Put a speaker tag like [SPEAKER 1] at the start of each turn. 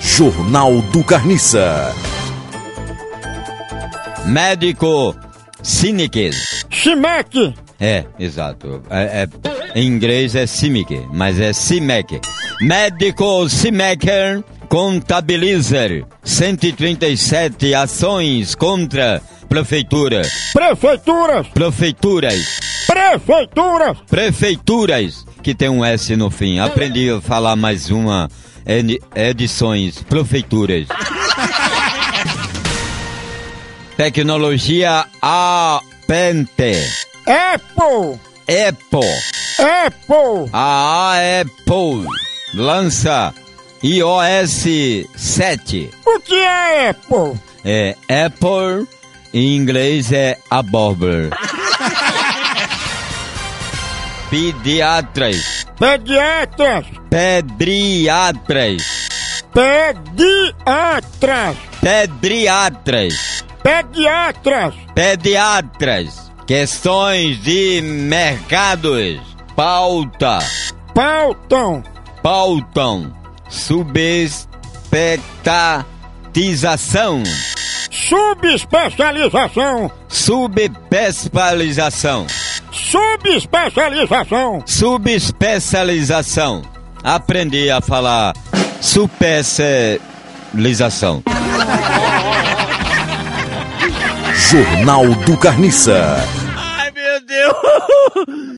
[SPEAKER 1] Jornal do Carniça.
[SPEAKER 2] Médico Siniques.
[SPEAKER 3] Chimec!
[SPEAKER 2] É, exato. É, é- em inglês é Simic, mas é Simec. Médico Simecker contabiliza 137 ações contra prefeitura,
[SPEAKER 3] Prefeituras!
[SPEAKER 2] prefeituras,
[SPEAKER 3] Prefeituras!
[SPEAKER 2] prefeituras, que tem um S no fim. Aprendi a falar mais uma N- edições, prefeituras. Tecnologia Apente,
[SPEAKER 3] Apple!
[SPEAKER 2] Apple.
[SPEAKER 3] Apple!
[SPEAKER 2] A Apple lança iOS 7.
[SPEAKER 3] O que é Apple?
[SPEAKER 2] É Apple, em inglês é abóbora. Pediatras,
[SPEAKER 3] Pediatras!
[SPEAKER 2] pedriatras,
[SPEAKER 3] Pediatras!
[SPEAKER 2] pedriatras,
[SPEAKER 3] Pediatras!
[SPEAKER 2] pediatras. Questões de mercados. Pauta,
[SPEAKER 3] Pautam!
[SPEAKER 2] pautam, subespectatização.
[SPEAKER 3] Subespecialização!
[SPEAKER 2] Subespecialização.
[SPEAKER 3] Subespecialização!
[SPEAKER 2] Subespecialização. Aprendi a falar supercelização.
[SPEAKER 1] Jornal do Carniça.
[SPEAKER 2] Ai, meu Deus!